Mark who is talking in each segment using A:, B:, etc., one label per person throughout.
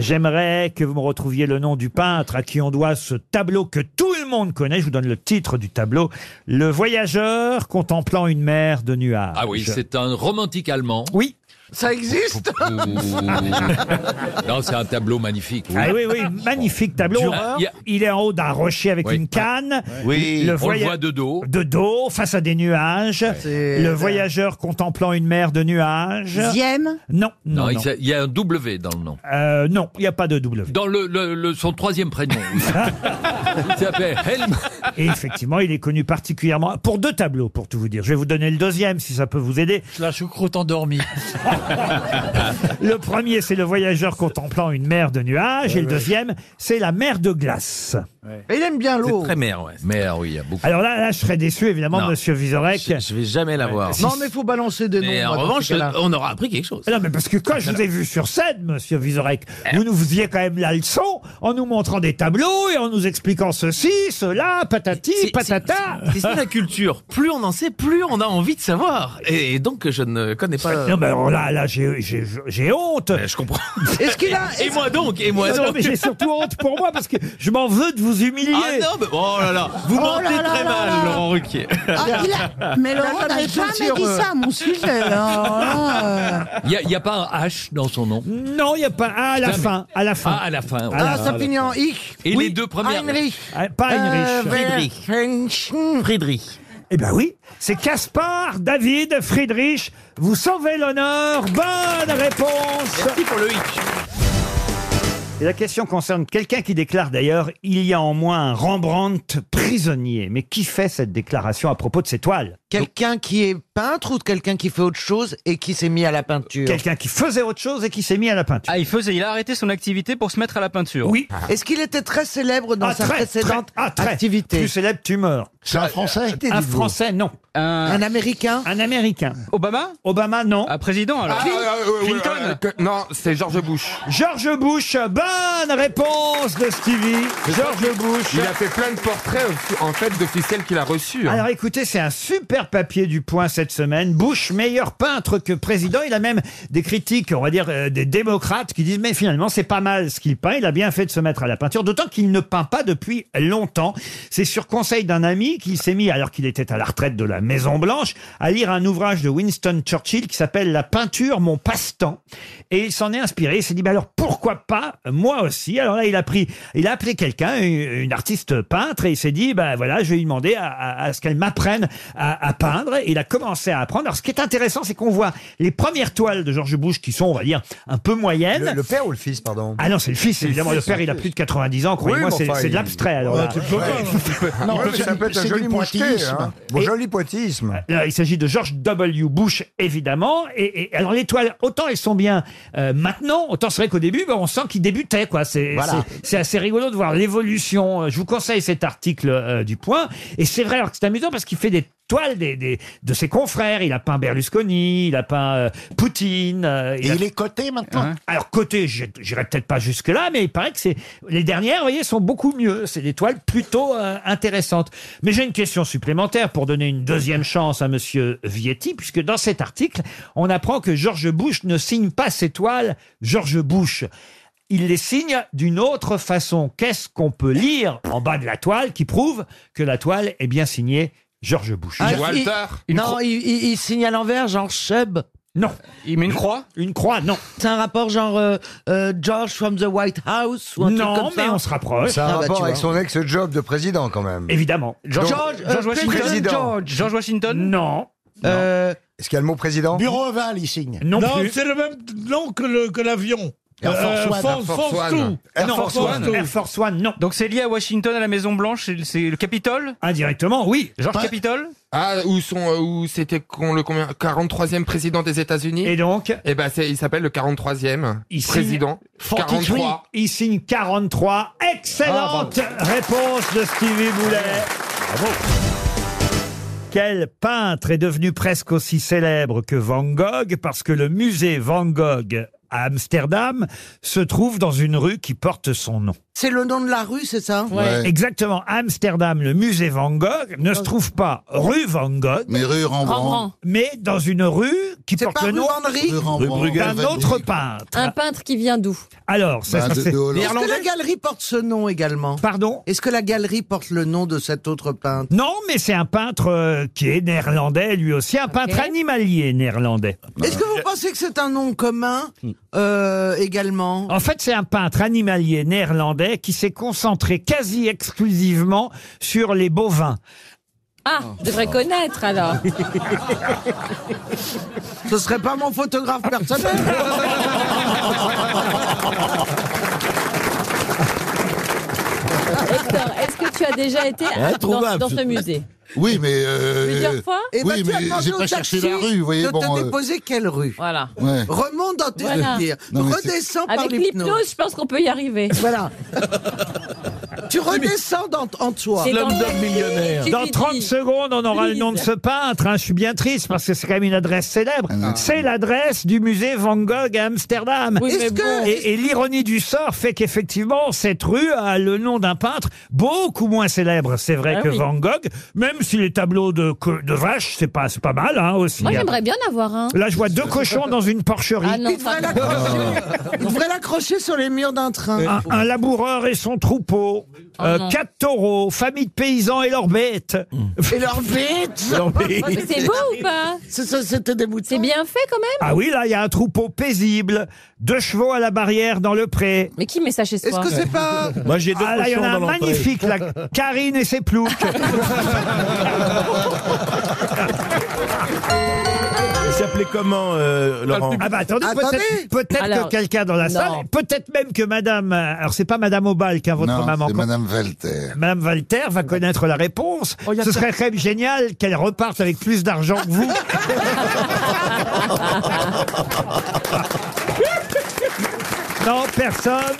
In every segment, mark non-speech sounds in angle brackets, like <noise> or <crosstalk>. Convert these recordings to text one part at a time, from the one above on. A: J'aimerais que vous me retrouviez le nom du peintre à qui on doit ce tableau que tout le monde connaît. Je vous donne le titre du tableau. Le voyageur contemplant une mer de nuages.
B: Ah oui, c'est un
A: <laughs>
B: romantique allemand.
A: Oui.
C: Ça existe
B: non, c'est un tableau magnifique. oui.
A: Ah oui, oui, magnifique tableau.
B: Dürer
A: Il- Il est en haut d'un rocher avec
B: Oui.
A: une canne.
D: Oui.
A: Le
B: On le
A: voya-
B: voit de dos.
A: de dos, face à des nuages.
C: C'est-
A: Le voyageur contemplant une mer de nuages.
E: Deuxième
A: Non, non,
B: Non,
A: non.
B: il s'est- il y a un W dans le nom.
A: Euh, non, il n'y a pas de W.
B: Dans le, le- le- son troisième prénom.
A: <laughs>
B: oui. Il s'appelle Helm.
A: Et effectivement, il est connu particulièrement pour deux tableaux, pour tout vous dire. Je vais vous donner le deuxième, si ça peut vous aider.
F: La choucroute endormie.
A: <laughs> Le premier, c'est le voyageur contemplant une mer de nuages. Et le deuxième, c'est la mer de glace.
C: Il aime bien l'eau.
D: mère, ouais.
B: Mais ah oui, il y a beaucoup.
A: Alors là, là je serais déçu, évidemment,
D: Non.
A: monsieur Vizorek.
D: Je, je vais jamais la voir.
C: Non, mais faut balancer des noms.
D: Mais en
C: moi, dans
D: revanche, euh,
C: ces cas-là.
D: on aura appris quelque <laughs> chose.
A: Non, mais parce que quand je vous ai vu sur scène, monsieur Vizorek, vous nous faisiez quand même la leçon en nous montrant des tableaux et en nous expliquant ceci, cela, patati,
D: C'est-
A: patata.
D: c'est- C'est ça la culture. Plus on en sait, plus on a envie de savoir. Et donc, je ne connais pas.
A: Non, mais alors là, là, j'ai- j'ai j'ai honte.
D: Euh, Je comprends.
C: Est-ce qu'il a.
D: Et moi donc, et moi
A: Non, non,
D: donc.
A: mais j'ai surtout honte pour moi parce que je m'en veux de vous humilier.
D: Ah non, mais oh là là, vous
E: Oh
D: mentez
E: là là
D: très
E: là
D: mal,
E: là.
D: Laurent <laughs> Ruquier.
E: Ah, il a- Mais Laurent
C: jamais
E: n'a
C: été
E: jamais
C: sur,
E: dit
C: euh,
E: ça à mon sujet. alors là, euh,
B: Il n'y a, il y a pas un H dans son nom.
A: Non, il n'y a pas. Ah, à la
B: Jamais.
A: fin, à la
B: Ah,
A: fin.
B: à la fin. oui.
C: Ah, ça finit en hic.
B: Et les deux premières.
C: Heinrich.
A: Ah, Pas Heinrich.
D: Euh, Friedrich. Friedrich.
A: Eh ben oui, c'est Caspar, David, Friedrich. Vous sauvez l'honneur. Bonne réponse.
D: Merci pour le hic.
A: Et la question concerne quelqu'un qui déclare d'ailleurs il y a en moi un Rembrandt prisonnier. Mais qui fait cette déclaration à propos de ses toiles
G: Quelqu'un qui est peintre ou quelqu'un qui fait autre chose et qui s'est mis à la peinture
A: Quelqu'un qui faisait autre chose et qui s'est mis à la peinture. Ah,
H: Ah, il faisait, il a arrêté son activité pour se mettre à la peinture.
A: Oui,
G: Est-ce qu'il était très célèbre dans
A: Ah,
G: sa
A: très,
G: précédente
A: très, ah, très.
G: activité
A: plus célèbre, tu meurs.
I: C'est un Français
A: Un Français, non.
H: Un-
G: Un Américain
A: Un Américain.
H: Obama
A: Obama, non.
H: Ah, président alors. Clinton
J: Non, c'est George Bush.
A: George Bush, bonne réponse de Stevie. George Bush.
J: Il a fait plein de portraits en fait de ficelles qu'il a hein. reçues.
A: Alors écoutez, c'est un super papier du point cette semaine. Bush, meilleur peintre que président. Il a même des critiques, on va dire, euh, des démocrates qui disent, mais finalement, c'est pas mal ce qu'il peint. Il a bien fait de se mettre à la peinture, d'autant qu'il ne peint pas depuis longtemps. C'est sur conseil d'un ami qu'il s'est mis, alors qu'il était à la retraite de la Maison Blanche, à lire un ouvrage de Winston Churchill qui s'appelle La peinture, mon passe-temps. Et il s'en est inspiré. Il s'est dit, bah alors pourquoi pas moi aussi Alors là, il a pris, il a appelé quelqu'un, une une artiste peintre, et il s'est dit, bah voilà, je vais lui demander à, à- à ce qu'elle m'apprenne à, à peindre. Et il a commencé à apprendre. Alors ce qui est intéressant, c'est qu'on voit les premières toiles de George Bush qui sont, on va dire, un peu moyennes.
I: père ou le fils, pardon
A: Ah non, c'est le fils,
I: le
A: évidemment. Le,
I: fils,
A: père,
I: le
A: il a
I: fils.
A: plus de 90 ans, croyez-moi,
I: mais
A: c'est
I: enfin,
A: c'est de
I: il-
A: l'abstrait. Alors là.
I: Non, mais ça peut être un joli mousquet. Hein. Bon,
A: Et-
I: joli pointillisme.
A: Là, Euh, il s'agit de George W. Bush, évidemment. Et, et- alors, les toiles, autant elles sont bien euh, maintenant, autant c'est vrai qu'au début, ben, on sent qu'ils débutaient. quoi. C'est
I: Voilà.
A: c'est- c'est assez rigolo de voir l'évolution. Euh, Je vous conseille cet article euh, du Point. Et c'est vrai, alors que c'est amusant parce qu'il fait des toiles des, des- de ses confrères. Il a peint Berlusconi, il a peint euh, Poutine. euh, il
I: Et
A: a-
I: il est coté maintenant
A: Alors, côté, j'ai- j'irai peut-être pas jusque-là, mais il paraît que c'est les dernières, vous voyez, sont beaucoup mieux. C'est des toiles plutôt euh, intéressantes. Mais j'ai une question supplémentaire pour donner une deuxième chance à Monsieur Vietti, puisque dans cet article, on apprend que George Bush ne signe pas ses toiles George Bush. Il les signe d'une autre façon. Qu'est-ce qu'on peut lire en bas de la toile qui prouve que la toile est bien signée George Bush
G: Ah,
J: Walter.
G: il- Non, il, il- il signe à l'envers, genre Chubb.
A: Non,
H: Il met une croix.
A: une croix, non.
G: C'est un rapport genre euh, euh, George from the White House ou un truc
A: Non,
G: comme
A: mais
G: ça.
A: on se rapproche,
I: C'est un
G: Ah, bah,
I: rapport
G: tu vois.
I: avec son ex-job de président, quand même.
A: évidemment.
H: George,
I: Donc,
H: euh, George Washington.
I: président.
K: Ah.
H: George, George Washington.
A: Non,
G: Euh,
I: Est-ce qu'il y a le mot président
F: Bureau ovale, il signe.
A: non,
F: Non,
A: plus.
F: c'est le même nom que le- que l'avion.
I: Air Force One,
F: Force-
I: Air Force
F: Force
I: One.
F: Two.
I: Air
F: Non,
I: Force
F: Force
I: One.
F: Two.
A: Air Force One, non.
H: Donc c'est lié à Washington, à la Maison Blanche, c'est- c'est le Capitole.
A: Indirectement, oui.
H: George Capitole.
J: Ah, où sont euh, où c'était con- le combien 43e président des États-Unis
A: Et donc,
J: Eh ben c'est il s'appelle le 43e
A: Il signe
J: président 43.
A: il signe 43. Excellente réponse de Stevie Boulet. Quel peintre est devenu presque aussi célèbre que Van Gogh parce que le musée Van Gogh à Amsterdam, se trouve dans une rue qui porte son nom.
G: C'est le nom de la rue, c'est ça
I: Ouais.
A: Exactement, à Amsterdam, le musée Van Gogh ne se trouve pas rue Van Gogh,
I: Mais rue Rembrandt.
E: Rembrandt.
A: mais dans une rue qui
G: C'est
A: porte
G: pas
A: le
G: rue
A: nom
G: Henri
I: Rue Rembrandt.
A: d'un autre peintre.
E: Un peintre qui vient d'où
A: Alors, ça,
I: Ben,
A: ça,
I: de-
A: c'est-
I: <laughs> de Hollande.
G: Est-ce que la galerie porte ce nom également
A: Pardon
G: Est-ce que la galerie porte le nom de cet autre peintre
A: Non, mais c'est un peintre euh, qui est néerlandais, lui aussi, un peintre animalier néerlandais.
I: Bah,
G: Est-ce que vous pensez que c'est un nom commun
I: Hmm.
G: euh, également
A: En fait, c'est un peintre animalier néerlandais qui s'est concentré quasi exclusivement sur les bovins.
E: Ah, je devrais connaître alors.
G: Ce serait pas mon photographe personnel
E: Hector, est-ce que tu as déjà été à- dans,
K: Introuvable,
E: dans
K: ce-
E: ce musée
I: Oui, mais. euh,
E: Plusieurs fois
G: Eh ben,
I: <laughs> Oui,
G: tu as
I: mais
G: demandé
I: j'ai
G: au
I: pas cherché la
G: taxi
I: rue, vous voyez.
G: De
I: Bon,
G: te
I: euh,
G: déposer quelle rue
E: Voilà.
I: ouais.
G: Remonte dans tes
E: Voilà.
G: souvenirs.
I: Non, mais c'est-
G: Redescends par
E: Avec l'hypnose, je pense qu'on peut y arriver.
G: Voilà. tu redescends dans, en toi.
E: C'est dans
D: Slumdog
E: le-
D: millionnaire.
E: tu
A: Dans
E: lui
A: 30
E: dis.
A: secondes, on aura le nom de
E: Please.
A: ce peintre. hein. Je suis bien triste parce que c'est quand même une adresse célèbre. C'est l'adresse du musée Van Gogh à Amsterdam.
E: Oui, mais
G: Est-ce que-
E: bon.
A: Et, et l'ironie du sort fait qu'effectivement, cette rue a le nom d'un peintre beaucoup moins célèbre, c'est vrai,
E: Ah
A: que
E: oui.
A: Van Gogh, même si les tableaux de, co- de vaches, c'est pas, c'est pas mal hein, aussi.
E: Moi,
A: hein.
E: j'aimerais bien en avoir un.
A: Là, je vois deux cochons dans une porcherie.
E: Ah non,
G: Il devrait
E: ça-
G: l'accrocher- il devrait l'accrocher sur les murs d'un train.
A: un, un laboureur et son troupeau,
E: Oh
A: euh, quatre taureaux, famille de paysans et leurs bêtes.
G: Et leur bête
E: Mais C'est beau ou pas
G: C'est ça, C'était des boutons.
E: C'est bien fait quand même
A: Ah oui, là, il y a un troupeau paisible, deux chevaux à la barrière dans le pré.
E: Mais qui met ça chez
G: Est-ce
E: soi
G: que c'est pas...
K: Moi, j'ai deux
A: Ah là, il y en
K: cochons
A: a un
K: dans l'entrée.
A: magnifique,
E: <laughs>
A: là, Karine et ses ploucs.
K: Il s'appelait comment, euh, Laurent
A: Ah bah attendez,
G: Attendez.
A: peut-être peut-être
E: Alors,
A: que quelqu'un dans la
E: non.
A: salle, peut-être même que madame, euh, alors c'est pas madame Obal qui a votre
I: Non,
A: maman.
I: c'est Madame Valter.
A: Madame Walter va connaître la réponse.
E: Oh,
A: Ce serait quand même génial qu'elle reparte avec plus d'argent que
E: <laughs>
A: vous. non, personne.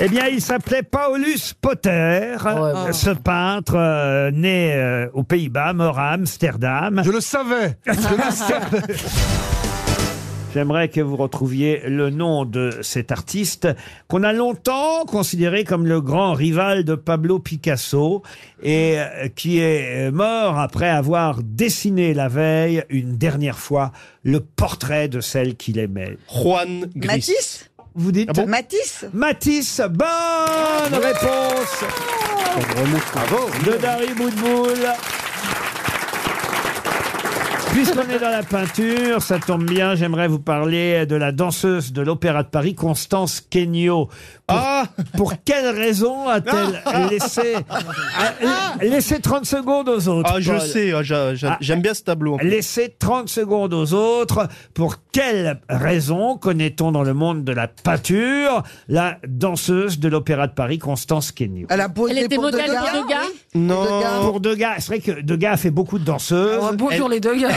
A: Eh bien, il s'appelait Paulus Potter,
E: Oh,
A: ce peintre euh, né euh, aux Pays-Bas, mort à Amsterdam.
F: Je le savais.
A: <laughs> J'aimerais que vous retrouviez le nom de cet artiste qu'on a longtemps considéré comme le grand rival de Pablo Picasso et euh, qui est mort après avoir dessiné la veille une dernière fois le portrait de celle qu'il aimait.
K: Juan
E: Matisse
A: Vous dites
E: Matisse
A: Matisse, bonne réponse Ah de Dari Boudboul. Puisqu'on est dans la peinture, ça tombe bien, j'aimerais vous parler de la danseuse de l'Opéra de Paris, Constance Kenyo. Pour, pour quelle raison a-t-elle laissé, a- laissé 30 secondes aux autres
K: Ah,
D: Ah,
A: Paul
K: j'aime bien ce tableau.
A: Laissez 30 secondes aux autres. Pour quelle raison connaît-on dans le monde de la peinture la danseuse de l'Opéra de Paris, Constance Kenyo
G: Elle a posé
E: Elle était
G: pour
E: modèle
G: Degas.
E: pour Degas
K: Non,
A: Pour Degas, c'est vrai que Degas a fait beaucoup de danseuses.
E: Bonjour les deux gars.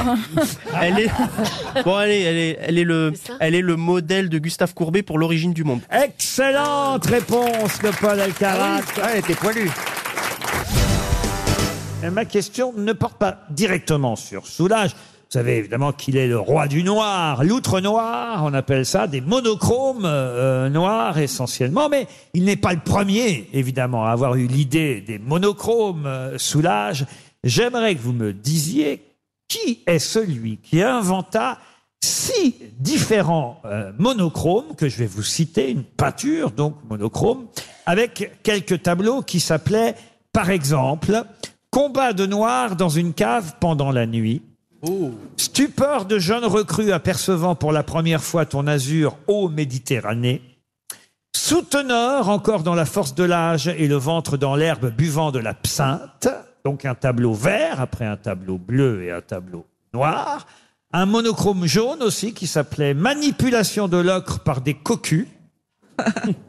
K: elle est. <laughs> Bon, allez, elle est, elle est le,
E: C'est ça
K: elle est le modèle de Gustave Courbet pour l'origine du monde.
A: Excellente réponse de Paul Alcarat.
G: Ah, elle était poilue.
A: Et Ma question ne porte pas directement sur Soulage. Vous savez évidemment qu'il est le roi du noir, l'outre noir, on appelle ça, des monochromes euh, noirs essentiellement, mais il n'est pas le premier évidemment à avoir eu l'idée des monochromes euh, Soulage. J'aimerais que vous me disiez qui est celui qui inventa six différents euh, monochromes que je vais vous citer, une peinture donc monochrome, avec quelques tableaux qui s'appelaient, par exemple, Combat de noir dans une cave pendant la nuit. Stupeur de jeune recrue apercevant pour la première fois ton azur eau Méditerranée. Souteneur encore dans la force de l'âge et le ventre dans l'herbe buvant de l'absinthe. Donc un tableau vert après un tableau bleu et un tableau noir. Un monochrome jaune aussi qui s'appelait Manipulation de l'ocre par des cocus.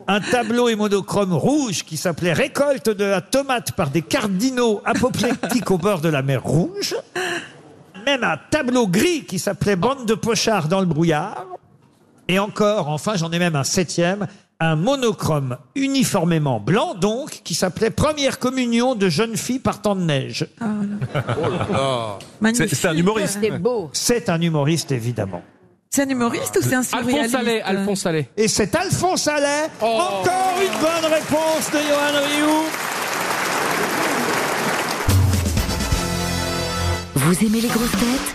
A: Un tableau et monochrome rouge qui s'appelait Récolte de la tomate par des cardinaux apoplectiques au bord de la mer Rouge. Même un tableau gris qui s'appelait Bande de pochards dans le brouillard. Et encore, enfin, j'en ai même un septième, un monochrome uniformément blanc, donc, qui s'appelait Première communion de jeunes filles par temps de neige.
E: C'est un humoriste. C'est beau.
A: C'est un humoriste, évidemment.
D: C'est un humoriste ou c'est un surréaliste
A: Allais. Et c'est Alphonse Allais. Encore une bonne réponse de Johan Rioux.
E: Vous aimez les grosses têtes